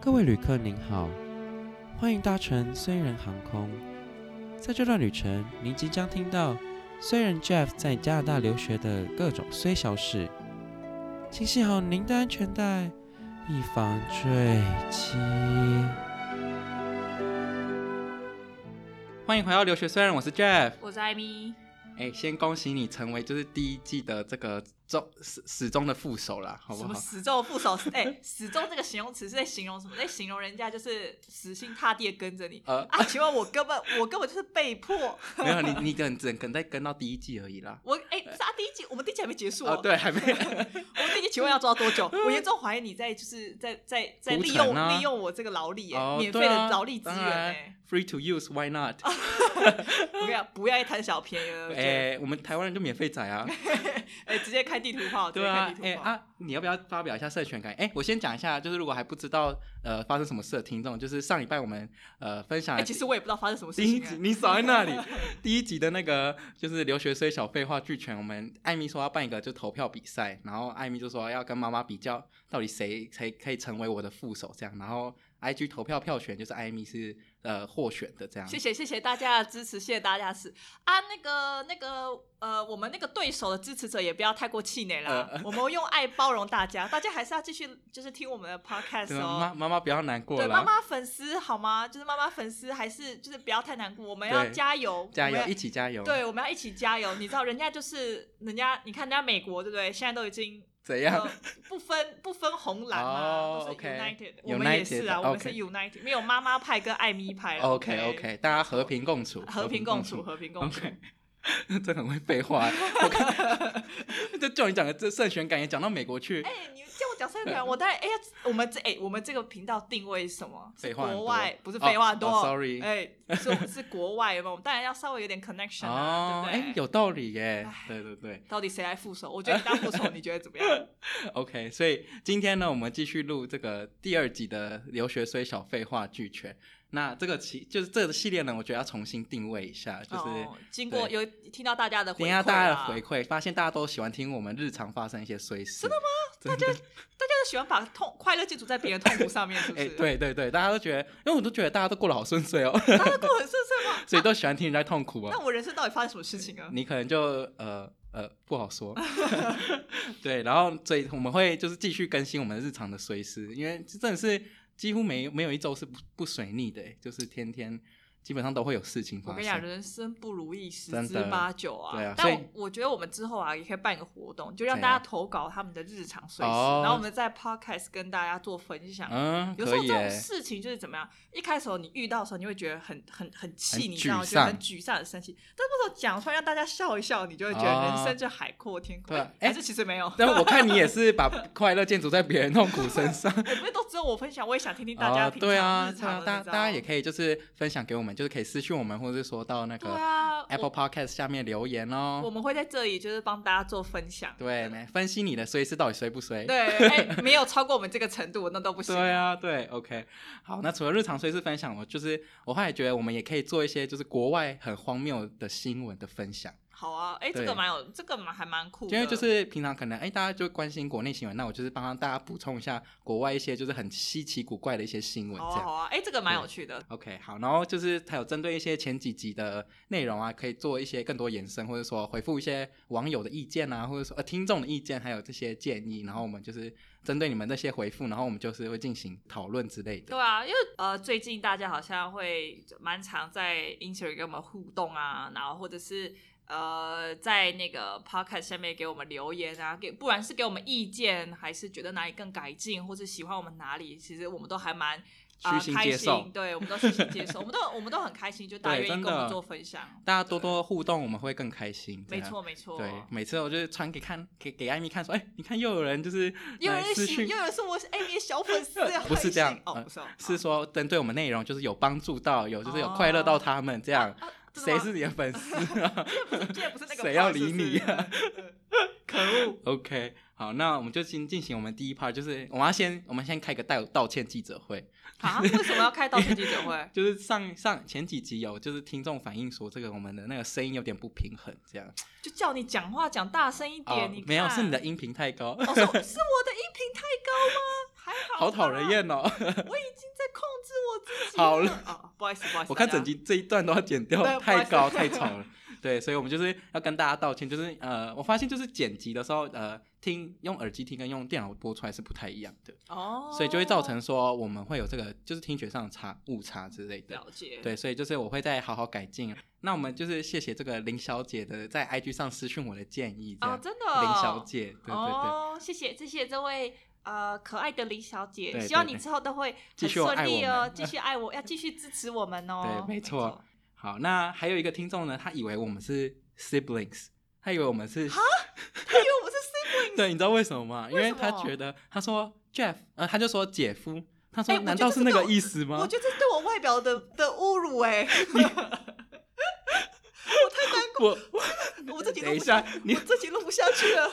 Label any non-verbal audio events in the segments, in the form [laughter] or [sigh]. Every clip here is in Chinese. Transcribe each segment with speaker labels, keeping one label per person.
Speaker 1: 各位旅客您好，欢迎搭乘虽然航空。在这段旅程，您即将听到虽然 Jeff 在加拿大留学的各种虽小事，请系好您的安全带，以防坠机。
Speaker 2: 欢迎回到留学，虽然我是 Jeff，
Speaker 3: 我是艾米，
Speaker 2: 哎，先恭喜你成为就是第一季的这个终始始终的副手啦，好不
Speaker 3: 什么
Speaker 2: 好？
Speaker 3: 死咒副手？ [laughs] 哎、死咒这个形容词是在形容什么？在形容人家就是死心塌地的跟着你
Speaker 2: 呃，
Speaker 3: 啊？请问我根本我根本就是被迫，
Speaker 2: [laughs] 没有你，你可能只能可能再跟到第一季而已啦。
Speaker 3: 我哎、不是啊，第一集我们第一集还没结束
Speaker 2: 哦，，对，还没
Speaker 3: 我们第一集请问要抓多久？我严重怀疑你在就是在在在
Speaker 2: 胡
Speaker 3: 利用、
Speaker 2: 扯呢
Speaker 3: 利用我这个劳力、哎、
Speaker 2: 啊哦，
Speaker 3: 免费
Speaker 2: 对啊
Speaker 3: 的劳力资源、
Speaker 2: 当然
Speaker 3: 哎、
Speaker 2: [laughs] ，free to use，why not？
Speaker 3: 不要不要一贪小便宜了，我觉得
Speaker 2: 哎，我们台湾人就免费仔啊，
Speaker 3: 哎、直接开地图炮，直
Speaker 2: 对
Speaker 3: 接
Speaker 2: 啊
Speaker 3: 开地，
Speaker 2: 哎
Speaker 3: 图炮。
Speaker 2: 啊，你要不要发表一下社群感？哎，我先讲一下，就是如果还不知道呃发生什么事的听众，就是上礼拜我们呃分享
Speaker 3: 哎、
Speaker 2: 了
Speaker 3: 其实我也不知道发生什么事
Speaker 2: 第一
Speaker 3: 情、
Speaker 2: 集
Speaker 3: 哎
Speaker 2: 你少在那 [laughs] 里。第一集的那个就是留学虽小废话俱全，我们艾米说要办一个就投票比赛，然后艾米就说要跟妈妈比较到底谁谁可以成为我的副手这样，然后 IG 投票票选就是艾米是呃获选的这样。
Speaker 3: 谢谢谢谢大家的支持，谢谢大家的支持啊！那个那个呃，我们那个对手的支持者也不要太过气馁啦，
Speaker 2: 呃
Speaker 3: 我们用爱包容大家，大家还是要继续就是听我们的 podcast
Speaker 2: [laughs] 对啊妈
Speaker 3: 哦。
Speaker 2: 妈妈不要难过
Speaker 3: 对妈
Speaker 2: 了，
Speaker 3: 妈粉丝好吗？就是妈妈粉丝还是就是不要太难过，我们要
Speaker 2: 对
Speaker 3: 加油，
Speaker 2: 加
Speaker 3: 我
Speaker 2: 油，
Speaker 3: 们
Speaker 2: 一
Speaker 3: 要
Speaker 2: 起加油。，
Speaker 3: 对，我们要一起加油。你知道人家就是人家，你看人家美国对不对？现在都已经
Speaker 2: [laughs] 怎样
Speaker 3: 呃？不分不分红蓝嘛，
Speaker 2: 哦
Speaker 3: 都是
Speaker 2: OK
Speaker 3: united，我们也是啊，
Speaker 2: United，
Speaker 3: 我们是
Speaker 2: OK
Speaker 3: united，没有妈妈派跟艾咪派了。
Speaker 2: OK OK，大家和平共处，
Speaker 3: 和平共处，。和平共处。
Speaker 2: OK，这 [laughs] 很会废话。我看， [laughs] 就就你讲的这圣选感也讲到美国去，
Speaker 3: 哎、你叫我讲三感，我当然哎呀、我们这哎、我们这个频道定位是什么？
Speaker 2: 废
Speaker 3: 是
Speaker 2: 话很多
Speaker 3: 国外不是废话很多、
Speaker 2: 哦哦，sorry
Speaker 3: 哎、是是国外有没有？我们当然要稍微有点 connection 啊，
Speaker 2: 哦，
Speaker 3: 对
Speaker 2: 哎、
Speaker 3: 不对？
Speaker 2: 有道理耶
Speaker 3: 哎。
Speaker 2: 对对对
Speaker 3: 到底谁来副手？我觉得你当副手，你觉得怎么样？
Speaker 2: ，OK。所以今天呢，我们继续录这个第二集的留学虽小，废话俱全。那这个其就是这个系列呢，我觉得要重新定位一下， [laughs] 就是。
Speaker 3: 哦、经过
Speaker 2: 对
Speaker 3: 有听到大家的回馈
Speaker 2: 等一
Speaker 3: 啦，
Speaker 2: 下大家的回馈，发现大家都喜欢听我们日常发生一些衰事。真的吗？大家
Speaker 3: 大家都喜欢把痛快乐建筑在别人痛苦上面，是不
Speaker 2: 哎、
Speaker 3: 是？，
Speaker 2: 对对对，大家都觉得，因为我都觉得大家都过得好顺遂哦， [laughs]
Speaker 3: 大家过得很顺遂吗？
Speaker 2: 所以都喜欢听人家痛苦
Speaker 3: 那
Speaker 2: 哦。
Speaker 3: 我人生到底发生什么事情啊？
Speaker 2: 你可能就呃呃不好说。 [laughs] 对，然后所以我们会就是继续更新我们日常的随时，因为这真的是几乎没没有一周是不不水逆的，欸就是天天基本上都会有事情
Speaker 3: 我
Speaker 2: 发
Speaker 3: 跟你讲，
Speaker 2: 生。
Speaker 3: 人生不如意十
Speaker 2: 真
Speaker 3: 之
Speaker 2: 的
Speaker 3: 八九啊。
Speaker 2: 对啊所
Speaker 3: 但
Speaker 2: 以
Speaker 3: 我我觉得我们之后啊，也可以办一个活动，就
Speaker 2: 怎
Speaker 3: 让
Speaker 2: 样
Speaker 3: 大家投稿他们的日常碎事，
Speaker 2: 哦
Speaker 3: 然后我们在 podcast 跟大家做分享。
Speaker 2: 嗯，
Speaker 3: 有时
Speaker 2: 可
Speaker 3: 候这
Speaker 2: 以
Speaker 3: 种
Speaker 2: 耶，
Speaker 3: 事情就是怎么样？一开始你遇到的时候，你会觉得很很很气，
Speaker 2: 很
Speaker 3: 你知道吗，
Speaker 2: 沮
Speaker 3: 觉得
Speaker 2: 丧
Speaker 3: 很沮丧、很生气。但那时候讲出来让大家笑一笑，你就会觉得
Speaker 2: 哦
Speaker 3: 人生就海阔天空。
Speaker 2: [laughs] 对啊哎
Speaker 3: 还是其实没有，
Speaker 2: 但我看你也是把快乐建筑在别人痛苦身上。
Speaker 3: 我不是都只有我分享，我也想听听 [laughs] 大家
Speaker 2: 哦
Speaker 3: 平常
Speaker 2: 对啊，
Speaker 3: 日
Speaker 2: 对啊
Speaker 3: 常的，
Speaker 2: 大
Speaker 3: 你知
Speaker 2: 大
Speaker 3: 道
Speaker 2: 家
Speaker 3: 吗
Speaker 2: 也可以就是分享给我们，就是可以私讯我们，或者是说到那
Speaker 3: 对
Speaker 2: 个
Speaker 3: 啊。
Speaker 2: Apple Podcast 下面留言
Speaker 3: 我我
Speaker 2: 哦。
Speaker 3: 们会在这里就是帮大家做分享。
Speaker 2: 对，来分析你的衰事到底衰不衰。
Speaker 3: 对，哎、没有超过我们这个程度，那都不行。
Speaker 2: 对啊，对，OK，好，那除了日常随事分享，我就是我后来觉得我们也可以做一些就是国外很荒谬的新闻的分享，
Speaker 3: 好啊，哎、
Speaker 2: 对
Speaker 3: 这个蛮有，这个蛮还蛮酷的，
Speaker 2: 因为就是平常可能哎大家就关心国内新闻，那我就是帮大家补充一下国外一些就是很稀奇古怪的一些新闻
Speaker 3: 好
Speaker 2: 这
Speaker 3: 啊
Speaker 2: 样。
Speaker 3: 好啊，哎、这个蛮有趣的。
Speaker 2: OK，好，然后就是还有针对一些前几集的内容啊，可以做一些更多延伸，或者说回复一些网友的意见啊，或者说呃听众的意见，还有这些建议，然后我们就是针对你们这些回复，然后我们就是会进行讨论之类的。
Speaker 3: 对啊，因为呃，最近大家好像会蛮常在 Instagram 跟我们互动啊，然后或者是呃，在那个 Podcast 下面给我们留言啊，给不管是给我们意见，还是觉得哪里更改进，或是喜欢我们哪里，其实我们都还蛮啊、
Speaker 2: 虚心
Speaker 3: 开
Speaker 2: 接受
Speaker 3: 心，对，我们都虚心接受，我们都我们都很开
Speaker 2: [laughs]
Speaker 3: 心，就大家
Speaker 2: 对
Speaker 3: 愿意
Speaker 2: 真
Speaker 3: 跟我
Speaker 2: 的
Speaker 3: 们做分享。
Speaker 2: 大家多多互动，我们会更开心。这
Speaker 3: 没
Speaker 2: 样
Speaker 3: 错，没错，
Speaker 2: 对，每次我就是传给看给给艾米看，说，哎、你看又有人就是
Speaker 3: 又有
Speaker 2: 来
Speaker 3: 人
Speaker 2: 私
Speaker 3: 喜，
Speaker 2: 讯，，
Speaker 3: 又有人是我是 Amy 的小粉丝
Speaker 2: [laughs] 不是这样
Speaker 3: 很开心哦，
Speaker 2: 呃
Speaker 3: 不是哦，
Speaker 2: 是
Speaker 3: 哦
Speaker 2: 说针对我们内容就是有帮助到，有就是有
Speaker 3: 哦
Speaker 2: 快乐到他们这样。
Speaker 3: 啊真的
Speaker 2: 谁
Speaker 3: 吗
Speaker 2: 是你的粉丝啊
Speaker 3: 竟然不 [laughs] 是那个
Speaker 2: 谁要
Speaker 3: part，是不
Speaker 2: 理你
Speaker 3: 是
Speaker 2: 啊？
Speaker 3: 可
Speaker 2: [laughs]
Speaker 3: 恶！
Speaker 2: ？OK，好，那我们就先进行我们第一 part，就是我们要先我们先开个道道歉记者会，？
Speaker 3: 啊，为什么要开道歉记者会
Speaker 2: [laughs] 就是上上前几集有就是听众反映说这个我们的那个声音有点不平衡，这样。
Speaker 3: 就叫你讲话讲大声一
Speaker 2: 哦
Speaker 3: 点，你看
Speaker 2: 没有是你的音频太高，
Speaker 3: 哦，是我是我的音频太高吗？还好，
Speaker 2: 好讨人，厌哦！
Speaker 3: 我已经在控制我自己。
Speaker 2: 好了
Speaker 3: 了，哦，不好意思，不好意思，
Speaker 2: 我看
Speaker 3: 大家
Speaker 2: 整集这一段都要剪掉
Speaker 3: 对，
Speaker 2: 太
Speaker 3: 不好
Speaker 2: 高
Speaker 3: 意思
Speaker 2: 太吵了。对，所以我们就是要跟大家道歉，就是呃，我发现就是剪辑的时候，呃，听用耳机听跟用电脑播出来是不太一样的，
Speaker 3: 哦，
Speaker 2: 所以就会造成说我们会有这个就是听觉上的差误差之类的。
Speaker 3: 了解，哦
Speaker 2: 对，所以就是我会再好好改进。啊那我们就是谢谢这个林小姐的在 IG 上私讯我的建议，这
Speaker 3: 哦，
Speaker 2: 样、
Speaker 3: 真的哦
Speaker 2: 林小姐，对对对，
Speaker 3: 哦，谢谢谢谢这位呃可爱的林小姐，
Speaker 2: 对对
Speaker 3: 希望你
Speaker 2: 对
Speaker 3: 之后都会
Speaker 2: 继
Speaker 3: 很
Speaker 2: 续爱
Speaker 3: 顺利
Speaker 2: 我
Speaker 3: 哦，
Speaker 2: 们
Speaker 3: 继续爱我，要继续支持我们哦。
Speaker 2: 对没错
Speaker 3: [laughs]
Speaker 2: 好，那还有一个听众呢，他以为我们是 siblings，他以为我们是，
Speaker 3: 他以为哎我们是 sibling，
Speaker 2: [laughs] 对，你知道为什么吗？因
Speaker 3: 为
Speaker 2: 为
Speaker 3: 什么
Speaker 2: 他觉得他说 Jeff，呃，他就说姐夫，他
Speaker 3: 哎
Speaker 2: 说
Speaker 3: 我
Speaker 2: 难
Speaker 3: 觉得
Speaker 2: 道
Speaker 3: 这
Speaker 2: 是那
Speaker 3: 对
Speaker 2: 个
Speaker 3: 我
Speaker 2: 意思吗？
Speaker 3: 我觉得这是对我外表的的侮辱哎、
Speaker 2: 我
Speaker 3: 我这集录
Speaker 2: 等一
Speaker 3: 不下，
Speaker 2: 下你
Speaker 3: 我这集录不下去了，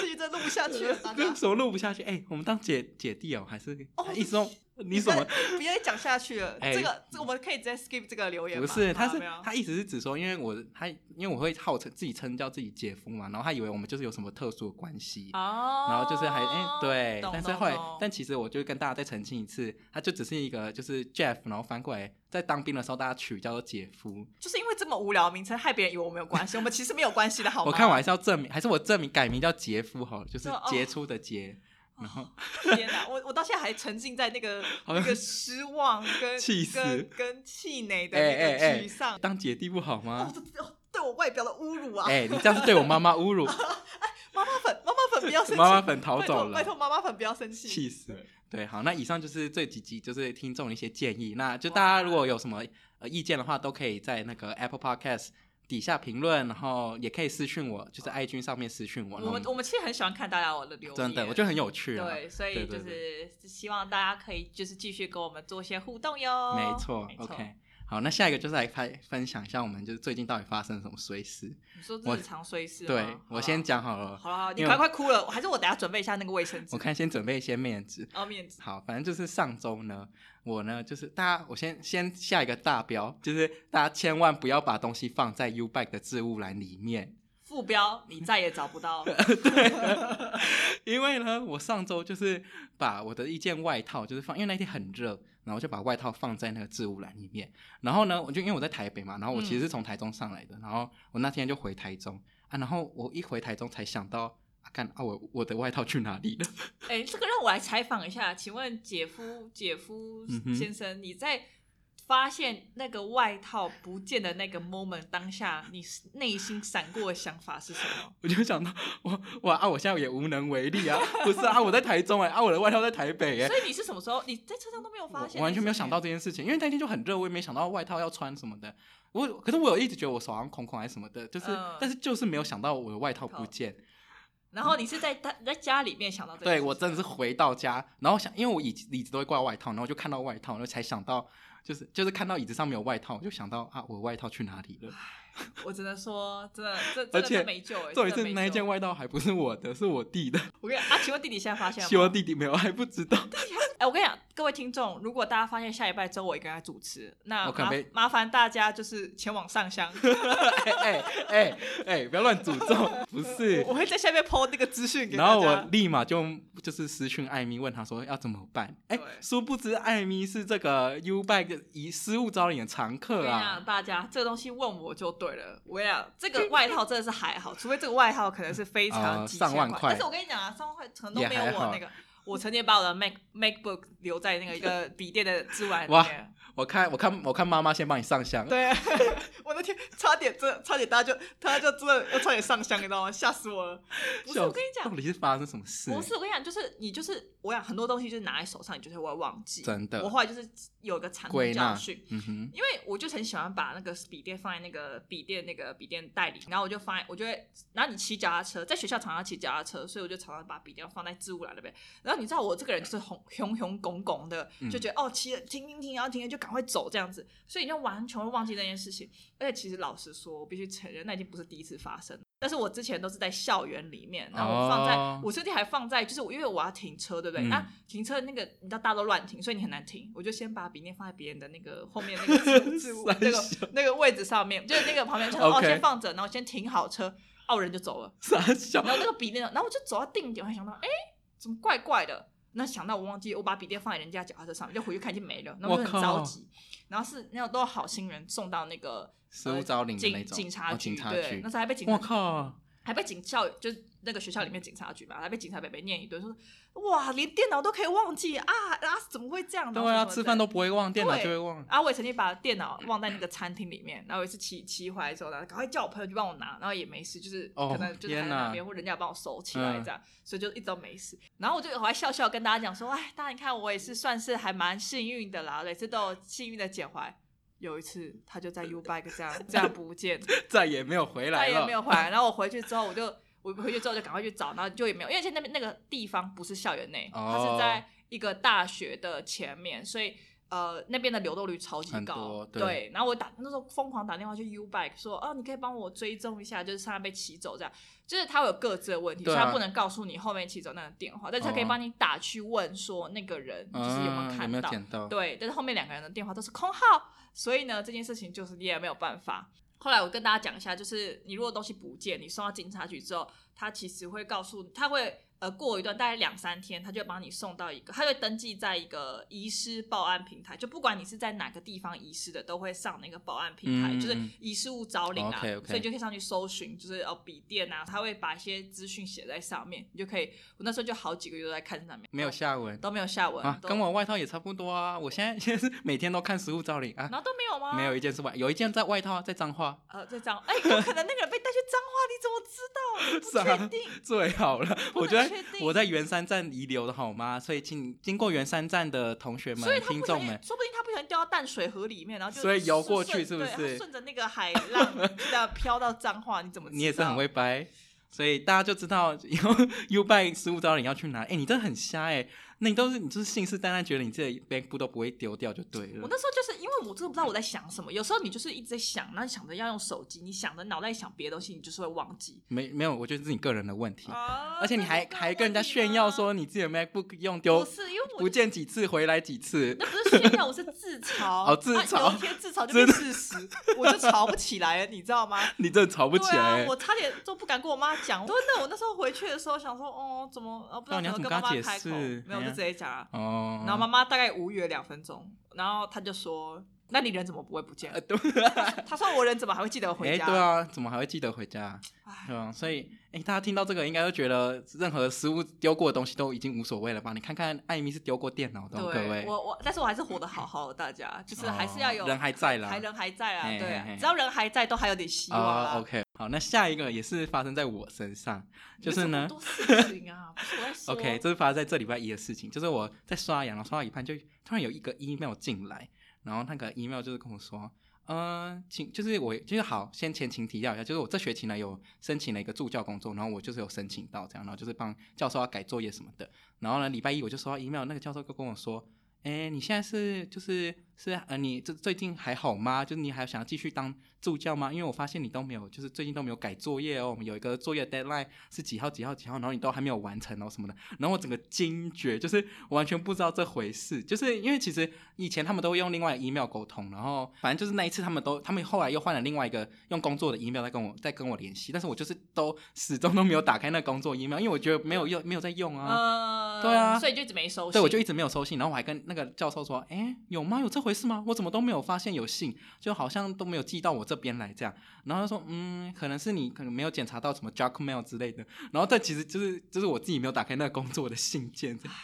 Speaker 3: 这集真的录不下去
Speaker 2: [laughs]
Speaker 3: 了，大家
Speaker 2: 什么录不下去？哎，我们当姐姐弟哦，还是
Speaker 3: 哦
Speaker 2: 一直用你什么？
Speaker 3: 不要再讲下去了。
Speaker 2: 哎
Speaker 3: 这个，这个我们可以直接 skip 这个留言
Speaker 2: 不
Speaker 3: 吗。
Speaker 2: 是，他
Speaker 3: 好
Speaker 2: 是
Speaker 3: 没有
Speaker 2: 他意思是指说，因为我他因为我会号称自己称叫自己姐夫嘛，然后他以为我们就是有什么特殊的关系，
Speaker 3: 哦，
Speaker 2: 然后就是还哎、对，
Speaker 3: 懂
Speaker 2: 但是
Speaker 3: 懂
Speaker 2: 后来
Speaker 3: 懂
Speaker 2: 但其实我就跟大家再澄清一次，他就只是一个就是 Jeff，然后翻过来在当兵的时候大家取叫做姐夫。
Speaker 3: 就是因为这么无聊的名称，害别人以为我们有关系，我们其实没有关系的，好吗？
Speaker 2: 我看我还是要证明，还是我证明改名叫杰夫好了，就是
Speaker 3: 哦
Speaker 2: 杰出
Speaker 3: [laughs]
Speaker 2: 的杰，然后
Speaker 3: 天哪，我我到现在还沉浸在那个那
Speaker 2: 好像
Speaker 3: 个失望跟
Speaker 2: [laughs] 气死
Speaker 3: 跟跟气馁的
Speaker 2: 哎
Speaker 3: 那
Speaker 2: 哎
Speaker 3: 个
Speaker 2: 哎
Speaker 3: 沮丧，
Speaker 2: 当姐弟不好
Speaker 3: 哦 [laughs]
Speaker 2: 吗，？
Speaker 3: 这这哦对我外表的侮辱啊！
Speaker 2: 哎、你这样是对我妈妈侮
Speaker 3: [laughs]
Speaker 2: 辱，
Speaker 3: 妈妈粉，妈妈粉不要生气，
Speaker 2: 妈妈粉逃
Speaker 3: 拜托
Speaker 2: 走了
Speaker 3: 拜，托妈妈粉不要生气。
Speaker 2: 气死。对，好，那以上就是这几集就是听众的一些建议，那就大家如果有什么呃意见的话，都可以在那个 Apple Podcast 底下评论，然后也可以私讯我，就是 IG 上面私讯我。
Speaker 3: 哦
Speaker 2: 然
Speaker 3: 我
Speaker 2: 后
Speaker 3: 们我们其实很喜欢看大家我的留言，
Speaker 2: 真的，我觉得很有趣啊。
Speaker 3: 对，所以
Speaker 2: 对
Speaker 3: 就
Speaker 2: 对
Speaker 3: 是希望大家可以就是继续跟我们做一些互动哟。
Speaker 2: 没错
Speaker 3: 哦没错
Speaker 2: o k 好，那下一个就是来拍分享一下我们就是最近到底发生什么衰事。
Speaker 3: 你说
Speaker 2: 我
Speaker 3: 日常碎事吗，哦
Speaker 2: 对
Speaker 3: 啊好
Speaker 2: 我
Speaker 3: 啦
Speaker 2: 先。讲好了，
Speaker 3: 好了，好啦你
Speaker 2: 因为
Speaker 3: 快快哭了，还是我等下准备一下那个卫生纸
Speaker 2: 我，看先准备一些面子。
Speaker 3: 要面子。
Speaker 2: 好，反正就是上周呢，我呢就是大家，我先先下一个大标，就是大家千万不要把东西放在 U Bike 的置物栏里面， [laughs]
Speaker 3: 副标你再也找不到
Speaker 2: 因为呢，我上周就是把我的一件外套就是放，因为那天很热，然后我就把外套放在那个置物栏里面。然后呢，我就因为我在台北嘛，然后我
Speaker 3: 嗯
Speaker 2: 其实是从台中上来的，然后我那天就回台中啊，然后我一回台中才想到。啊，看啊，我我的外套去哪里了？
Speaker 3: 哎、这个让我来采访一下，请问姐夫姐夫
Speaker 2: 嗯哼
Speaker 3: 先生，你在发现那个外套不见的那个 moment 当下，你是内心闪过的想法是什么？
Speaker 2: 我就想到，我哇啊，我现在也无能为力啊！不是啊，我在台中哎、啊，我的外套在台北哎、
Speaker 3: 所以你是什么时候？你在车上都没有发
Speaker 2: 我
Speaker 3: 现？
Speaker 2: 我完全没有想到。这件事情，因为那天就很热，我也没想到外套要穿什么的。我可是我有一直觉得我手好像空空还是什么的，就是、
Speaker 3: 嗯
Speaker 2: 但是就是没有想到我的外套不
Speaker 3: 好
Speaker 2: 见。
Speaker 3: 然后你是在他在家里面想到这个事
Speaker 2: 对
Speaker 3: 情？
Speaker 2: 我真的是回到家，然后想，因为我椅子椅子都会挂外套，然后我就看到外套，然后才想到，就是就是看到椅子上没有外套，我就想到啊，我的外套去哪里了？
Speaker 3: 我只能说，真的，这
Speaker 2: 而
Speaker 3: 真的
Speaker 2: 且
Speaker 3: 是没救哎、
Speaker 2: [laughs] 重
Speaker 3: 欸。真
Speaker 2: 点是
Speaker 3: 的没
Speaker 2: 那一件
Speaker 3: 救，
Speaker 2: 外套还不是我的，是我弟的，
Speaker 3: 我跟你啊，请问弟弟现在发现了吗？
Speaker 2: 希望弟弟没有还不知道。
Speaker 3: 哎、我跟你讲，各位听众，如果大家发现下礼拜只有我一个人在主持，那
Speaker 2: 我可能
Speaker 3: 麻
Speaker 2: 被
Speaker 3: 麻烦大家就是前往上香，
Speaker 2: 哎哎哎哎，不要乱诅咒，不是
Speaker 3: 我。我会在下面 PO 那个资讯给大
Speaker 2: 然
Speaker 3: 家。
Speaker 2: 后我立马就就是私讯艾米，问他说要怎么办。哎
Speaker 3: 对，
Speaker 2: 殊不知艾米是这个 U Bike 以失物招领的常
Speaker 3: 我呃
Speaker 2: 客
Speaker 3: 跟你讲，
Speaker 2: 啊。
Speaker 3: 大家这个东西问我就对了。我跟你讲，这个外套真的是还好，除非这个外套可能是非常啊
Speaker 2: 呃
Speaker 3: 几千
Speaker 2: 上万块
Speaker 3: 但是我跟你讲啊，上万块可能都没有
Speaker 2: 也还好
Speaker 3: 我那个。我曾经把我的 Mac MacBook 留在那个一个笔电的置物栏里
Speaker 2: 哇
Speaker 3: 面。
Speaker 2: 我看我看我看妈妈先帮你上香。
Speaker 3: 对， [laughs] 我的天，差点真的，差点大家就大家就真的要差点上香，你知道吗？吓死我了！不是，
Speaker 2: 笑
Speaker 3: 我
Speaker 2: 死
Speaker 3: 跟你讲
Speaker 2: 到，底是发生什么事？
Speaker 3: 不是，我跟你讲，就是你就是我讲很多东西，就是拿在手上，你就是会忘记。
Speaker 2: 真的
Speaker 3: 我后来就是有个惨痛
Speaker 2: 归
Speaker 3: 教
Speaker 2: 纳
Speaker 3: 训，
Speaker 2: 嗯哼，
Speaker 3: 因为我就是很喜欢把那个笔电放在那个笔电那个笔电袋里，然后我就哦放在，我就会，然后你骑脚踏车，在学校常常骑脚踏车，所以我就常常把笔电放在置物栏那边。然后你知道我这个人就是红熊熊拱拱的，
Speaker 2: 嗯
Speaker 3: 就觉得、哦骑了停停停，然后停了就赶快走这样子，所以你就完全会忘记那件事情。而且其实老实说，我必须承认，那已经不是第一次发生了。但是我之前都是在校园里面，然后我放在，
Speaker 2: 哦
Speaker 3: 我甚至还放在，就是我因为我要停车，对不对？
Speaker 2: 嗯
Speaker 3: 那停车那个你知道大家都乱停，所以你很难停。我就先把笔电放在别人的那个后面那个置
Speaker 2: [laughs]
Speaker 3: 物置物
Speaker 2: 三
Speaker 3: 那
Speaker 2: 小
Speaker 3: 个那个位置上面，就是那个旁边就说哦
Speaker 2: OK
Speaker 3: 先放着，然后先停好车，哦人就走了。
Speaker 2: 傻笑
Speaker 3: 然。后那个笔电，然后我就走到定点，我还想到哎怎么怪怪的，那想到我忘记，我把笔电放在人家脚踏车上面，就回去看已经没了，然后
Speaker 2: 我
Speaker 3: 我就
Speaker 2: 靠
Speaker 3: 很着急。然后是那种都是好心人送到那个呃
Speaker 2: 失物招领的那
Speaker 3: 警
Speaker 2: 种
Speaker 3: 警察
Speaker 2: 哦
Speaker 3: 局，
Speaker 2: 警察
Speaker 3: 对
Speaker 2: 局，
Speaker 3: 那时候还被警察
Speaker 2: 我靠，
Speaker 3: 还被警校就是那个学校里面警察局嘛，还被警察北北念一顿，说哇，连电脑都可以忘记啊啊，怎么会这样呢？
Speaker 2: 对啊，
Speaker 3: 什么什么的
Speaker 2: 吃饭都不会忘，电脑
Speaker 3: 对
Speaker 2: 就会忘。
Speaker 3: 啊，我也曾经把电脑忘在那个餐厅里面，然后有一次骑骑回来之后呢，赶快叫我朋友去帮我拿，然后也没事，就是
Speaker 2: 哦
Speaker 3: 可能就是还
Speaker 2: 天
Speaker 3: 在
Speaker 2: 哪
Speaker 3: 那边，或人家帮我收起来
Speaker 2: 嗯
Speaker 3: 这样，所以就一直都没事。然后我就我还笑笑跟大家讲说，哎，大家你看我也是算是还蛮幸运的啦，每次都有幸运的捡回来。有一次他就在 U Bike 这样这样不见，
Speaker 2: 再也没有回来
Speaker 3: 再
Speaker 2: 了，
Speaker 3: 也没有回来。然后我回去之后，我就我回去之后就赶快去找，然后就也没有，因为现在那边那个地方不是校园内，
Speaker 2: 哦
Speaker 3: 它是在一个大学的前面，所以。呃，那边的流动率超级
Speaker 2: 很
Speaker 3: 高
Speaker 2: 多，对
Speaker 3: 然后我打那时候疯狂打电话去 U Bike 说，哦，你可以帮我追踪一下，就是上面被骑走这样，就是他有各自的问题，
Speaker 2: 对啊
Speaker 3: 所以他不能告诉你后面骑走那个电话，但是他可以
Speaker 2: 哦
Speaker 3: 帮你打去问说那个人就是有没
Speaker 2: 嗯
Speaker 3: 有
Speaker 2: 有
Speaker 3: 看
Speaker 2: 没有
Speaker 3: 到，
Speaker 2: 捡到？
Speaker 3: 对，但是后面两个人的电话都是空号，所以呢，这件事情就是你也没有办法。后来我跟大家讲一下，就是你如果东西不见，你送到警察局之后，他其实会告诉，他会呃过一段大概两三天，他就会把你送到一个，他会登记在一个遗失报案平台，就不管你是在哪个地方遗失的，都会上那个报案平台，
Speaker 2: 嗯
Speaker 3: 就是
Speaker 2: 嗯
Speaker 3: 遗失物招领啊，
Speaker 2: OK，OK
Speaker 3: 所以就可以上去搜寻，就是哦笔电啊，他会把一些资讯写在上面，你就可以。我那时候就好几个月都在看上面，
Speaker 2: 没有下文
Speaker 3: 都没有下文，
Speaker 2: 啊，
Speaker 3: 都
Speaker 2: 跟我外套也差不多啊。我现在 [laughs] 现在是每天都看食物照领啊
Speaker 3: 然，后都没有吗？
Speaker 2: 没有一件是外，有一件在外套啊，在彰化，
Speaker 3: 呃，在彰，哎、有可能那个人被带去彰化，你怎么知道？你
Speaker 2: [laughs] 是啊
Speaker 3: 不确定。
Speaker 2: [laughs] 最好了。
Speaker 3: 不
Speaker 2: 我
Speaker 3: 能
Speaker 2: 觉得
Speaker 3: 确定
Speaker 2: 我在圆山站遗留的好吗？所以请经过圆山站的同学
Speaker 3: 所以
Speaker 2: 们、
Speaker 3: 他
Speaker 2: 听
Speaker 3: 不小
Speaker 2: 众
Speaker 3: 心
Speaker 2: 们，，
Speaker 3: 说不定他不小心掉到淡水河里面，然后就
Speaker 2: 所以游过
Speaker 3: 顺
Speaker 2: 去是不
Speaker 3: 对他
Speaker 2: 是
Speaker 3: 顺着那个海浪这样飘到彰化，你怎么知道？
Speaker 2: [laughs] 你也是很会掰，所以大家就知道以后 [laughs] U b 食物招领要去哪。哎、你真的很瞎哎、那你都是你就是信誓旦旦觉得你自己背部都不会丢掉就对
Speaker 3: 我
Speaker 2: 了。
Speaker 3: 那时候就是因为我真的不知道我在想什么，有时候你就是一直在想，那你想着要用手机，你想着脑袋想别的东西，你就是会忘记。
Speaker 2: 没没有，我觉得是你个人的问题，
Speaker 3: 啊
Speaker 2: 哦而且你还还跟人家炫耀说你自己的 MacBook 用丢
Speaker 3: 不是，因为我
Speaker 2: 不见几次，回来几次。
Speaker 3: 那不是炫耀，我是自嘲。
Speaker 2: [laughs] 哦自嘲
Speaker 3: 啊、有一天自嘲就变事实，我就吵不起来了，你知道吗？
Speaker 2: [laughs] 你真的吵不起来、
Speaker 3: 对啊，我差点都不敢跟我妈讲。真的，我那时候回去的时候想说，哦，怎么，呃、不知道
Speaker 2: 对啊你要
Speaker 3: 怎么
Speaker 2: 怎么
Speaker 3: 跟妈妈
Speaker 2: 跟她
Speaker 3: 开口，
Speaker 2: 解释
Speaker 3: 没有，
Speaker 2: 哎
Speaker 3: 就
Speaker 2: 呀
Speaker 3: 直接讲啊。
Speaker 2: 哦，
Speaker 3: 然后妈妈大概无语了两分钟，然后她就说：“那你人怎么不会不见 [laughs]
Speaker 2: 呃，？”对，
Speaker 3: 她说：“我人怎么还会记得
Speaker 2: 哎、
Speaker 3: 回家？”
Speaker 2: 对啊，怎么还会记得回家？
Speaker 3: 唉
Speaker 2: 对啊，所以哎、诶大家听到这个应该都觉得任何食物丢过的东西都已经无所谓了吧？你看看艾米是丢过电脑的哦，各
Speaker 3: 对，
Speaker 2: 位，
Speaker 3: 我我，但是我还是活得好好的，大家就是还是要有、
Speaker 2: 哦人还在啦
Speaker 3: 还人还在啊，
Speaker 2: 嘿
Speaker 3: 对
Speaker 2: 嘿
Speaker 3: 啊
Speaker 2: 嘿，
Speaker 3: 只要人还在，都还有点希望啦。
Speaker 2: 啊、o k 好，那下一个也是发生在我身上，
Speaker 3: 你
Speaker 2: 就
Speaker 3: 们
Speaker 2: 是
Speaker 3: 怎么
Speaker 2: 呢
Speaker 3: 多事情啊，不是我在说。
Speaker 2: ，OK，这是发生在这礼拜一的事情，就是我在刷牙，然后刷到一半就突然有一个 email 进来，然后那个 email 就是跟我说。嗯，请就是我就是好，先前情提要一下，就是我这学期呢有申请了一个助教工作，然后我就是有申请到这样，然后就是帮教授要改作业什么的，然后呢礼拜一我就收到 email，那个教授就跟我说，哎，你现在是就是是呃，你这最近还好吗？就是你还想要继续当助教吗？因为我发现你都没有，就是最近都没有改作业哦。我们有一个作业 deadline 是几号几号几号，然后你都还没有完成哦什么的。然后我整个惊觉，就是我完全不知道这回事，就是因为其实以前他们都会用另外的 email 沟通，然后反正就是那一次他们都，他们后来又换了另外一个用工作的 email 在跟我在跟我联系，但是我就是都始终都没有打开那个工作 email，因为我觉得没有用，没有在用啊。
Speaker 3: 呃，
Speaker 2: 对啊
Speaker 3: 所以就一直没收信。
Speaker 2: 对，我就一直没有收信，然后我还跟那个教授说：“哎、有吗？有这回事吗？我怎么都没有发现有信，就好像都没有寄到我这边来这样。”然后他说：“嗯，可能是你可能没有检查到什么 Jackmail 之类的。”然后但其实就是就是我自己没有打开那个工作的信件，这样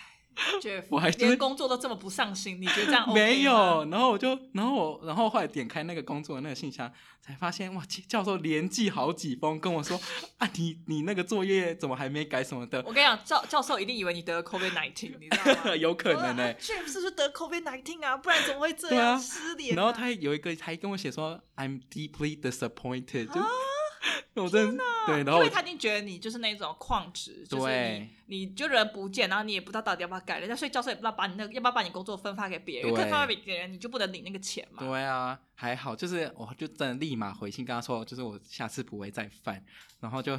Speaker 3: Jeff，
Speaker 2: 我还真
Speaker 3: 连工作都这么不上心，你觉得这样啊 OK 吗
Speaker 2: [laughs] 没有。然后我就然后我然后后来点开那个工作的那个信箱，才发现哇，教教授连寄好几封跟我说：“啊，你你那个作业怎么还没改什么的 [laughs]
Speaker 3: [laughs] 我跟你讲，教教授一定以为你得了 COVID nineteen，你知道？”吗？
Speaker 2: 有可能呢、欸
Speaker 3: 哎、j e f f 是不是得 COVID nineteen 啊？不然怎么会这
Speaker 2: 对
Speaker 3: 样、
Speaker 2: 啊
Speaker 3: 失联、
Speaker 2: 然后他有一个还跟我写说，I'm deeply disappointed，就、
Speaker 3: 啊
Speaker 2: [laughs] 我真的对，然
Speaker 3: 因
Speaker 2: 后
Speaker 3: 为
Speaker 2: 我
Speaker 3: 他一定觉得你就是那种矿职，就是
Speaker 2: 对
Speaker 3: 你你就人不见，然后你也不知道到底要不要改人家，所以教授也不知道把你那个要不要把你工作分发给别人，因为
Speaker 2: 对
Speaker 3: 分发给别人你就不能领那个钱嘛。
Speaker 2: 对啊，还好，就是我就真的立马回信跟他说，就是我下次不会再犯，然后就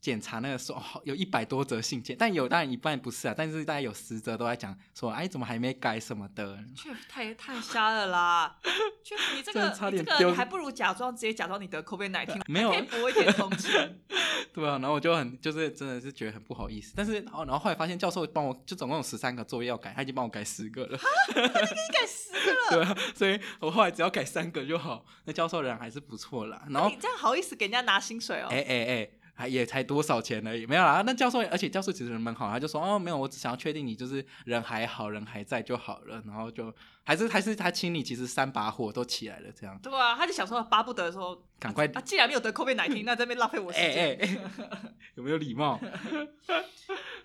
Speaker 2: 检查那个说、哦、有一百多则信件，但有当然一半不是啊，但是大概有十则都在讲说，哎，怎么还没改什么的。 [laughs]
Speaker 3: Jeff 太太瞎了啦！Jeff 你这
Speaker 2: 真
Speaker 3: 个
Speaker 2: 的差
Speaker 3: 你
Speaker 2: 点
Speaker 3: 这个
Speaker 2: 丢
Speaker 3: 你还不如假装直接假装你得 COVID 1 9
Speaker 2: 没有
Speaker 3: 可以博一点同情。
Speaker 2: 对啊，然后我就很就是真的是觉得很不好意思，但是哦然后然后后来发现教授帮我就总共有十三个作业要改，他已经帮我改十个了，
Speaker 3: 你改十个 [laughs] 了，
Speaker 2: 对啊，所以我后来只要改三个就好。那教授人还是不错啦， [laughs] 然后
Speaker 3: 你这样好意思给人家拿薪水哦？
Speaker 2: 哎哎哎，还也才多少钱而已，没有啦。那教授，而且教授其实人蛮好，他就说哦，没有，我只想要确定你就是人还好，人还在就好了。然后就还是还是他心里其实三把火都起来了，这样
Speaker 3: 对啊，他就想说巴不得说
Speaker 2: 赶快
Speaker 3: 啊，既然没有得 COVID 1 9那这边浪费我时
Speaker 2: 哎哎
Speaker 3: 间，
Speaker 2: 哎有没有礼
Speaker 3: [laughs]
Speaker 2: 貌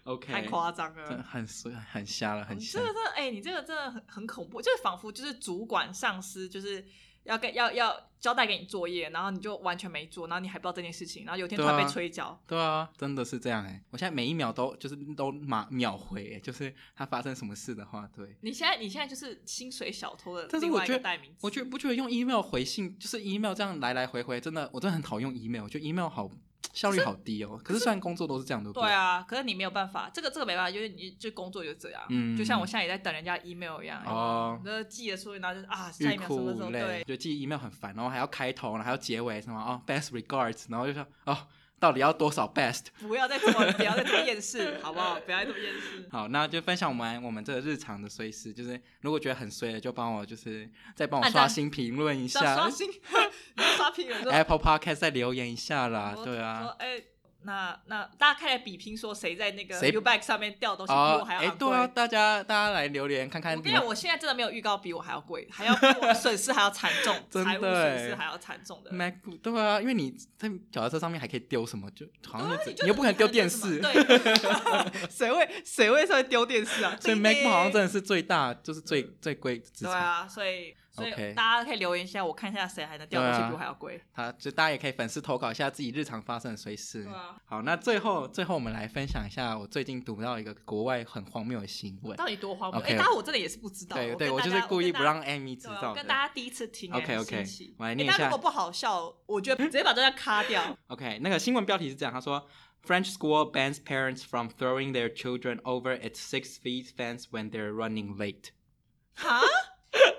Speaker 2: ？OK，
Speaker 3: 太夸张
Speaker 2: 真的
Speaker 3: 了。
Speaker 2: 很衰很瞎了，很
Speaker 3: 你
Speaker 2: 瞎
Speaker 3: 这个。真的，哎、你这个真的很很恐怖，就是仿佛就是主管上司就是要跟要要交代给你作业，然后你就完全没做，然后你还不知道这件事情，然后有一天突然
Speaker 2: 对啊
Speaker 3: 被催缴，
Speaker 2: 对啊，真的是这样哎、我现在每一秒都就是都马秒回、哎就是他发生什么事的话，对，
Speaker 3: 你现在你现在就是薪水小偷的
Speaker 2: 但是
Speaker 3: 另
Speaker 2: 我
Speaker 3: 外一
Speaker 2: 觉
Speaker 3: 个
Speaker 2: 得
Speaker 3: 代名词。
Speaker 2: 我觉得不觉得用 email 回信，就是 email 这样来来回回，真的我真的很讨厌用 email，我觉得 email 好效率好低哦。可是虽然工作都是这样，对不
Speaker 3: 对啊，可是你没有办法，这个这个没办法，就是你就工作就这样，
Speaker 2: 嗯
Speaker 3: 就像我现在也在等人家 email 一样，
Speaker 2: 哦
Speaker 3: 你都寄了出去，然后就是啊，下
Speaker 2: 欲
Speaker 3: 一秒什
Speaker 2: 哭
Speaker 3: 么时候
Speaker 2: 无泪，
Speaker 3: 对，
Speaker 2: 觉得自己 email 很烦，然后还要开头，然后还要结尾什么哦，best regards，然后就说哦，到底要多少 best？
Speaker 3: 不要再这么不要再这么厌世，好不好？不要再这么厌世。
Speaker 2: 好，那就分享完我们这个日常的碎事，就是如果觉得很衰的，就帮我就是再帮我
Speaker 3: 按
Speaker 2: 刷
Speaker 3: 赞
Speaker 2: 新评论一
Speaker 3: 只要
Speaker 2: 下
Speaker 3: 刷
Speaker 2: [laughs]
Speaker 3: 新，你要刷评论说，
Speaker 2: ，Apple Podcast 再留言一下啦，
Speaker 3: 说
Speaker 2: 对啊
Speaker 3: 说。哎，那那大家开始比拼，说谁在那个
Speaker 2: 谁
Speaker 3: U Back 上面掉的东西比
Speaker 2: 哦
Speaker 3: 我，还要
Speaker 2: 哎，
Speaker 3: 昂贵。
Speaker 2: 对啊，大家大家来留言看看
Speaker 3: 我跟
Speaker 2: 你
Speaker 3: 你讲，
Speaker 2: 们
Speaker 3: 我现在真的没有预告比我还要贵，还要比我的 [laughs] 损失还要惨重，
Speaker 2: 真
Speaker 3: 财务
Speaker 2: 的
Speaker 3: 损
Speaker 2: 欸
Speaker 3: 失还要惨重的人。
Speaker 2: MacBook 对啊，因为你在脚踏车上面还可以丢什么，就好像就只、
Speaker 3: 啊就
Speaker 2: 你又不可能丢电
Speaker 3: 什么
Speaker 2: 视， [laughs]
Speaker 3: 对， [laughs] 谁会谁会上丢电视啊？
Speaker 2: 所以
Speaker 3: 这一
Speaker 2: MacBook 好像真
Speaker 3: 点
Speaker 2: 的是最大，就是最、最贵资
Speaker 3: 对
Speaker 2: 产。
Speaker 3: 啊，所以所以
Speaker 2: OK
Speaker 3: 大家可以留言一下，我看一下谁还能掉东西
Speaker 2: 对啊
Speaker 3: 比我还要贵。
Speaker 2: 好，就大家也可以粉丝投稿一下自己日常发生的随事。
Speaker 3: 对啊，
Speaker 2: 好，那最后最后我们来分享一下我最近读到一个国外很荒谬的新闻。
Speaker 3: 到底多荒谬？
Speaker 2: OK
Speaker 3: 哎，大家我真的也是不知道，
Speaker 2: 对对，
Speaker 3: 我
Speaker 2: 我
Speaker 3: 跟
Speaker 2: 就
Speaker 3: 大
Speaker 2: 是
Speaker 3: 家
Speaker 2: 故意不。
Speaker 3: 我
Speaker 2: 让 Amy
Speaker 3: 跟
Speaker 2: 知
Speaker 3: 大家对
Speaker 2: 道
Speaker 3: 啊，
Speaker 2: 的
Speaker 3: 跟。大家第一次听哎
Speaker 2: OK，OK，
Speaker 3: 很新奇
Speaker 2: 我来
Speaker 3: 哎
Speaker 2: 念一
Speaker 3: 但
Speaker 2: 下
Speaker 3: 如果不好笑，我觉得直接把这段卡掉。
Speaker 2: OK，那个新闻标题是这样，他说：French school bans parents from throwing their children over its six feet fence when they're running late。
Speaker 3: [laughs] 哈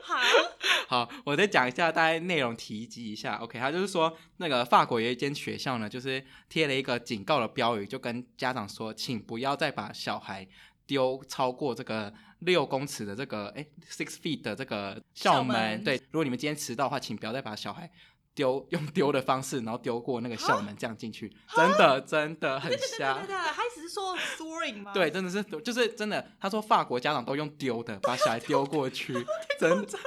Speaker 3: 哈，
Speaker 2: [laughs] 好，我再讲一下大概内容提及一下。OK，他就是说，那个法国有一间学校呢，就是贴了一个警告的标语，就跟家长说，请不要再把小孩丢超过这个六公尺的这个哎 six feet 的这个校
Speaker 3: 校
Speaker 2: 门。
Speaker 3: 门
Speaker 2: 对，如果你们今天迟到的话，请不要再把小孩。丢用丢的方式，然后丢过那个校门，这样进去，真的真的很
Speaker 3: 对对对
Speaker 2: 瞎
Speaker 3: 对对，。对他只是说 soaring 吗？
Speaker 2: 对，，真的是，就是真的。他说法国家长都用丢的，把小孩丢过去，真的，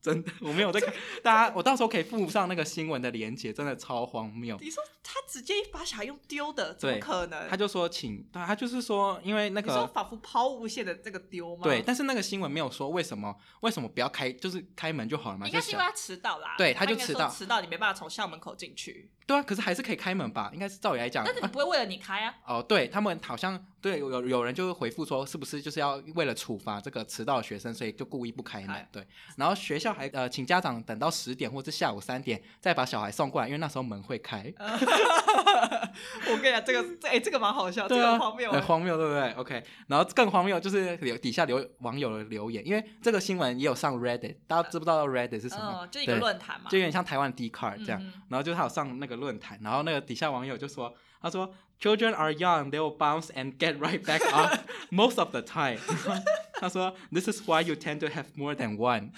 Speaker 2: 真的，我没有在看。大家，我到时候可以附上那个新闻的连接，真的超荒谬。
Speaker 3: 你说他直接把小孩用丢的，怎么
Speaker 2: 对
Speaker 3: 可能？
Speaker 2: 他就说请，他就是说，因为那
Speaker 3: 你说
Speaker 2: 个
Speaker 3: 仿佛抛物线的这个丢吗？
Speaker 2: 对，但是那个新闻没有说为什么，为什么不要开，就是开门就好了嘛，
Speaker 3: 应
Speaker 2: 就
Speaker 3: 该是因为
Speaker 2: 想
Speaker 3: 他迟到啦，
Speaker 2: 对他就
Speaker 3: 应该
Speaker 2: 迟
Speaker 3: 说
Speaker 2: 到
Speaker 3: 迟到你没办法从校门口进去，
Speaker 2: 对啊，可是还是可以开门吧？应该是照理来讲，
Speaker 3: 但是你
Speaker 2: 啊
Speaker 3: 不会为了你开 [laughs] 啊，
Speaker 2: 哦，对他们好像对有有有人就会回复说，是不是就是要为了处罚这个迟到的学生，所以就故意不开门
Speaker 3: 哎？
Speaker 2: 对，然后学校还呃请家长等到十点或是下午三点再把小孩送过来，因为那时候门会开。
Speaker 3: 我跟你讲，这个这哎、这个蛮好笑，
Speaker 2: 对
Speaker 3: 这个
Speaker 2: 啊，
Speaker 3: 很荒谬、
Speaker 2: 很
Speaker 3: 欸。
Speaker 2: 荒谬，对不对？OK，然后更荒谬就是有底下留网友的留言，因为这个新闻也有上 Reddit，大家知不知道 Reddit 是什么？
Speaker 3: 嗯，就一个
Speaker 2: 对
Speaker 3: 论坛嘛，
Speaker 2: 就有点像台湾 d c a r 这样。
Speaker 3: 嗯
Speaker 2: 然后就他有上那个论坛，然后那个底下网友就说，他说 Children are young, they will bounce and get right back up most of the time 。 [laughs] 他说 This is why you tend to have more than one，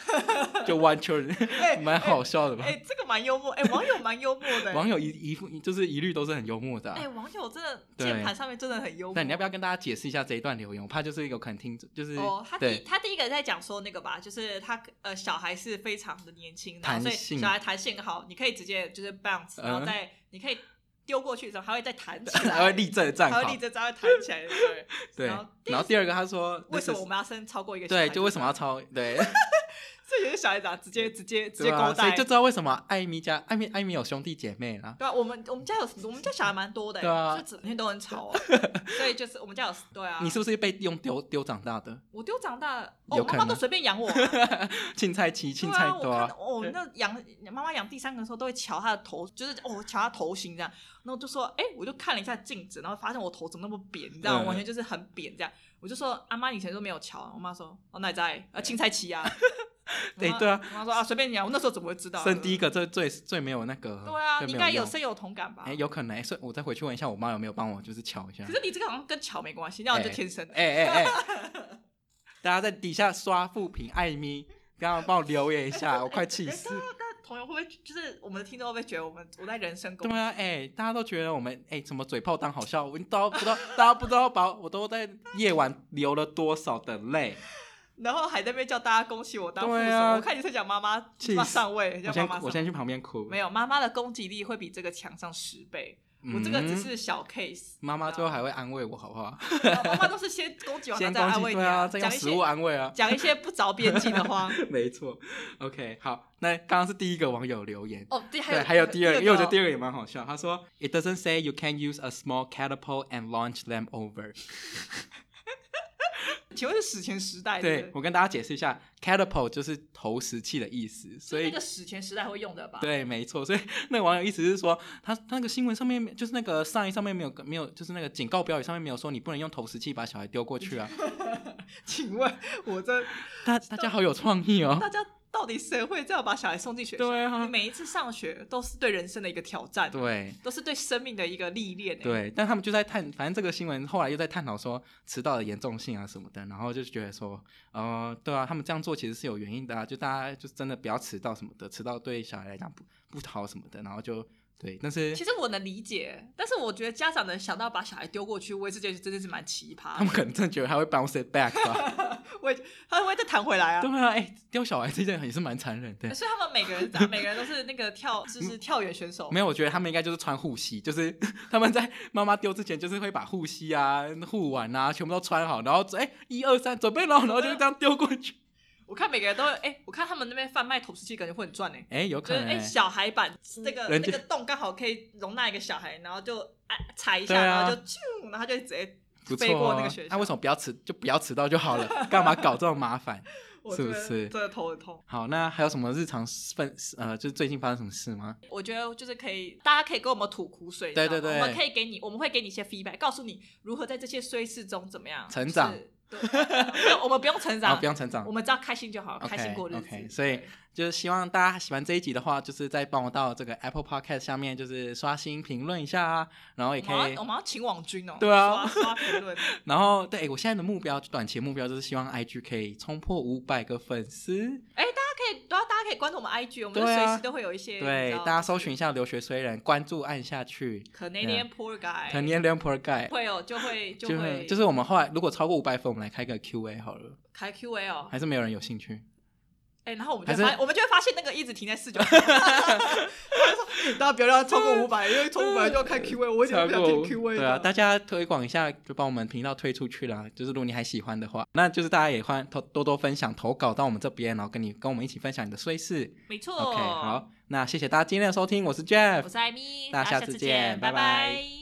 Speaker 2: 就 [laughs] one children，
Speaker 3: [laughs] 哎、
Speaker 2: [laughs] 蛮好笑的吧
Speaker 3: 哎、？这个蛮幽默，哎、网友蛮幽默 [laughs] 的、
Speaker 2: 网友一一副就是一律都是很幽默的啊、
Speaker 3: 哎、网友真的
Speaker 2: 对
Speaker 3: 键盘上面真的很幽默。
Speaker 2: 那你要不要跟大家解释一下这一段留言？我怕就是有可能听，就是、
Speaker 3: 哦，他第
Speaker 2: 对
Speaker 3: 他第一个在讲说那个吧，就是他呃小孩是非常的年轻，然后
Speaker 2: 弹
Speaker 3: 所以
Speaker 2: 性
Speaker 3: 小孩弹性好，你可以直接就是 bounce，然后
Speaker 2: 嗯
Speaker 3: 再、你可以丢过去之后，他会再弹起
Speaker 2: [laughs]
Speaker 3: 来，
Speaker 2: 还 [laughs] 会立正站
Speaker 3: 还会
Speaker 2: 好
Speaker 3: 立，正，再会弹起来，对
Speaker 2: [laughs]
Speaker 3: 不对。
Speaker 2: 对。
Speaker 3: 然后
Speaker 2: 然后第二个他说
Speaker 3: 为什么
Speaker 2: "This
Speaker 3: 我
Speaker 2: is-
Speaker 3: 们要生超过一个小孩？
Speaker 2: 对，就为什么要超对？
Speaker 3: 这有这个小孩子啊，直接直接 [laughs] 直接
Speaker 2: 对
Speaker 3: 勾
Speaker 2: 啊，所
Speaker 3: 带
Speaker 2: 以就。知道为什么艾米家艾米艾米有兄弟姐妹啦。
Speaker 3: 对啊，我们我们家有我们家小孩蛮多的欸，
Speaker 2: 对啊
Speaker 3: 就整天都很吵
Speaker 2: [laughs]
Speaker 3: 啊，所以就是我们家有对啊，
Speaker 2: 你是不是被用丢丢长大的？ [laughs]
Speaker 3: 我丢长大了，哦，
Speaker 2: 有
Speaker 3: 我
Speaker 2: 可
Speaker 3: 妈妈
Speaker 2: 能
Speaker 3: 都随便养我啊，
Speaker 2: 青菜期，青菜多
Speaker 3: 对啊
Speaker 2: 啊，，
Speaker 3: 我看哦，那养妈妈养第三个的时候都会瞧她的头，就是哦瞧她头型这样，然后就说，哎、我就看了一下镜子，然后发现我头怎么那么扁，你知道吗，
Speaker 2: 嗯
Speaker 3: 完全就是很扁这样，我就说阿妈你以前都没有瞧啊，我妈说哦那你在啊青菜期
Speaker 2: [laughs]
Speaker 3: 啊，
Speaker 2: 对
Speaker 3: 我妈
Speaker 2: 对啊，
Speaker 3: 我妈说啊随便你啊，我那时候怎么会知道啊？
Speaker 2: 生第一个这最最没有那个，
Speaker 3: 对啊，
Speaker 2: 最
Speaker 3: 你应
Speaker 2: 没
Speaker 3: 该有
Speaker 2: 用
Speaker 3: 深有同感吧？
Speaker 2: 哎，有可能哎，所以我再回去问一下我妈有没有帮我就是瞧一下
Speaker 3: 可。是你这个好像跟巧没关系，那我就
Speaker 2: 哎
Speaker 3: 天生的。
Speaker 2: 哎哎哎， [laughs] 大家在底下刷负评艾米，刚刚帮我留言一下，我快气
Speaker 3: 哎 [laughs]
Speaker 2: 死。
Speaker 3: 那那朋友会不会就是我们的听众会不会觉得我们我在人身攻
Speaker 2: 对
Speaker 3: 击？
Speaker 2: 啊，哎、大家都觉得我们哎、怎么嘴炮当好笑，我都不知道， [laughs] 大家不知道把我都在夜晚流了多少的
Speaker 3: [laughs]
Speaker 2: 泪。
Speaker 3: 然后还在那边叫大家恭喜我当副手，
Speaker 2: 对啊
Speaker 3: 我看你是讲妈妈
Speaker 2: 气
Speaker 3: 妈
Speaker 2: 死
Speaker 3: 上位，
Speaker 2: 我
Speaker 3: 叫妈
Speaker 2: 先
Speaker 3: 妈上
Speaker 2: 我
Speaker 3: 位。
Speaker 2: 先去旁边哭。
Speaker 3: 没有，妈妈的攻击力会比这个强上十倍。
Speaker 2: 嗯
Speaker 3: 我这个只是小
Speaker 2: [laughs]
Speaker 3: case，
Speaker 2: 妈妈最后还会安慰我，好不好？
Speaker 3: 妈妈都是先攻击完
Speaker 2: 先
Speaker 3: 再
Speaker 2: 攻
Speaker 3: 安
Speaker 2: 击
Speaker 3: 慰你
Speaker 2: 对啊，再用
Speaker 3: 讲一
Speaker 2: 食物
Speaker 3: 些
Speaker 2: 安慰啊。
Speaker 3: 讲一些不着边际的话。
Speaker 2: [laughs] 没错，OK，好，那刚刚是第一个网友留言，
Speaker 3: 哦，对，还
Speaker 2: 对，
Speaker 3: 有
Speaker 2: 还有第二个，因为我觉得第
Speaker 3: 二
Speaker 2: 二个也蛮好笑。他说，It doesn't say you can use a small catapult and launch them over。
Speaker 3: 个，请问是史前时代
Speaker 2: 对
Speaker 3: 的，
Speaker 2: 我跟大家解释一下，catapult 就是投石器的意思，
Speaker 3: 所
Speaker 2: 所
Speaker 3: 以
Speaker 2: 以
Speaker 3: 那个史前时代会用的吧？
Speaker 2: 对，没错。所以 [laughs] 那个网友意思是说，他他那个新闻上面就是那个上一上面没有没有，就是那个警告标语上面没有说你不能用投石器把小孩丢
Speaker 3: [laughs]
Speaker 2: 过去啊。
Speaker 3: 请问我这
Speaker 2: 大大家好有创意哦。
Speaker 3: 大家到底谁会这样把小孩送进学校？
Speaker 2: 对啊
Speaker 3: 你每一次上学都是对人生的一个挑战，
Speaker 2: 对
Speaker 3: 都是对生命的一个历练、欸。
Speaker 2: 对，但他们就在探，反正这个新闻后来又在探讨说迟到的严重性啊什么的，然后就觉得说，呃，对啊，他们这样做其实是有原因的啊，就大家就真的不要迟到什么的，迟到对小孩来讲不不好什么的，然后就对，但是
Speaker 3: 其实我能理解，但是我觉得家长能想到把小孩丢过去，我也是觉得真的是蛮奇葩
Speaker 2: 他 [laughs] 们。可能真的觉得他会 bounce it back
Speaker 3: [laughs]
Speaker 2: 吧？
Speaker 3: 我也他会再弹回来啊
Speaker 2: 对。啊，哎、丢小孩这件也是蛮残忍的。
Speaker 3: 所以他们每个人，每个人都是那个跳，就是跳远选手
Speaker 2: 嗯没。有，我觉得他们应该就是穿护膝，就是 [laughs] 他们在妈妈丢之前，就是会把护膝啊、护腕啊全部都穿好，然后哎一二三准备咯，然后就这样丢过去。
Speaker 3: 我看每个人都，哎、我看他们那边贩卖投石器，感觉会很赚哎、
Speaker 2: 哎、有
Speaker 3: 就
Speaker 2: 可
Speaker 3: 是
Speaker 2: 能、
Speaker 3: 哎、
Speaker 2: 欸。
Speaker 3: 小孩版那个那
Speaker 2: 人家
Speaker 3: 个洞刚好可以容纳一个小孩，然后就哎踩一下，
Speaker 2: 对啊
Speaker 3: 然后就啾，然后他就直接
Speaker 2: 不错、
Speaker 3: 飞过那个
Speaker 2: 哦
Speaker 3: 学，校
Speaker 2: 那、为什么不要迟就不要迟到就好了？ [laughs] 干嘛搞这么麻烦？
Speaker 3: 我
Speaker 2: 是不
Speaker 3: 真的
Speaker 2: 是
Speaker 3: 真的头很痛。
Speaker 2: 好，那还有什么日常分呃，就是最近发生什么事吗？
Speaker 3: 我觉得就是可以，大家可以跟我们吐苦水，
Speaker 2: 对
Speaker 3: 你知道吗
Speaker 2: 对对
Speaker 3: 我们可以给你，我们会给你一些 feedback，告诉你如何在这些衰事中怎么样
Speaker 2: 成长。
Speaker 3: 就是对， [laughs] 没有我们不用成
Speaker 2: 啊，
Speaker 3: 长
Speaker 2: 不，用成长
Speaker 3: 我，们只要开心就好，
Speaker 2: OK，
Speaker 3: 开心过日子。
Speaker 2: OK，所以
Speaker 3: 对
Speaker 2: 就是希望大家喜欢这一集的话，就是再帮我到这个 Apple Podcast 下面，就是刷新评论一下啊，然后也
Speaker 3: 我
Speaker 2: 可
Speaker 3: 们要
Speaker 2: 以
Speaker 3: 我们要请网军哦，
Speaker 2: 对啊
Speaker 3: 刷刷评
Speaker 2: [laughs]
Speaker 3: 论，
Speaker 2: 然后，对我现在的目标，短期的目标就是希望 IG 可以冲破五百个粉丝。
Speaker 3: 大家可以，对啊，大家可以关注我们 IG，我们就
Speaker 2: 对啊
Speaker 3: 随时都会有一些，
Speaker 2: 对，大家搜寻一下“留学虽然”，关注按下去。
Speaker 3: Canadian Poor Guy，
Speaker 2: 成年 Learn Poor Guy
Speaker 3: 会有哎就会
Speaker 2: 就
Speaker 3: 会
Speaker 2: 就是我们后来如果超过五百粉，我们来开个 Q&A 好了，
Speaker 3: 开 QA 哦，
Speaker 2: 还是没有人有兴趣？
Speaker 3: 哎，然后我们就会
Speaker 2: 还是
Speaker 3: 发，我们就会发现那个一直停在四
Speaker 2: [laughs]
Speaker 3: 九，大家不要让它超过五百，因为超过五百就要开 QA，我有点不想听 QA
Speaker 2: 对
Speaker 3: 的
Speaker 2: 啊，大家推广一下，就把我们频道推出去啦。就是如果你还喜欢的话，那就是大家也欢多多多分享投稿到我们这边，然后跟你跟我们一起分享你的碎事。
Speaker 3: 没错。
Speaker 2: OK，好，那谢谢大家今天的收听，我是 Jeff，
Speaker 3: 我是艾米，
Speaker 2: 大
Speaker 3: 大
Speaker 2: 家
Speaker 3: 家
Speaker 2: 下
Speaker 3: 下
Speaker 2: 次
Speaker 3: 次
Speaker 2: 见
Speaker 3: 见，
Speaker 2: 拜
Speaker 3: 拜
Speaker 2: 拜
Speaker 3: 拜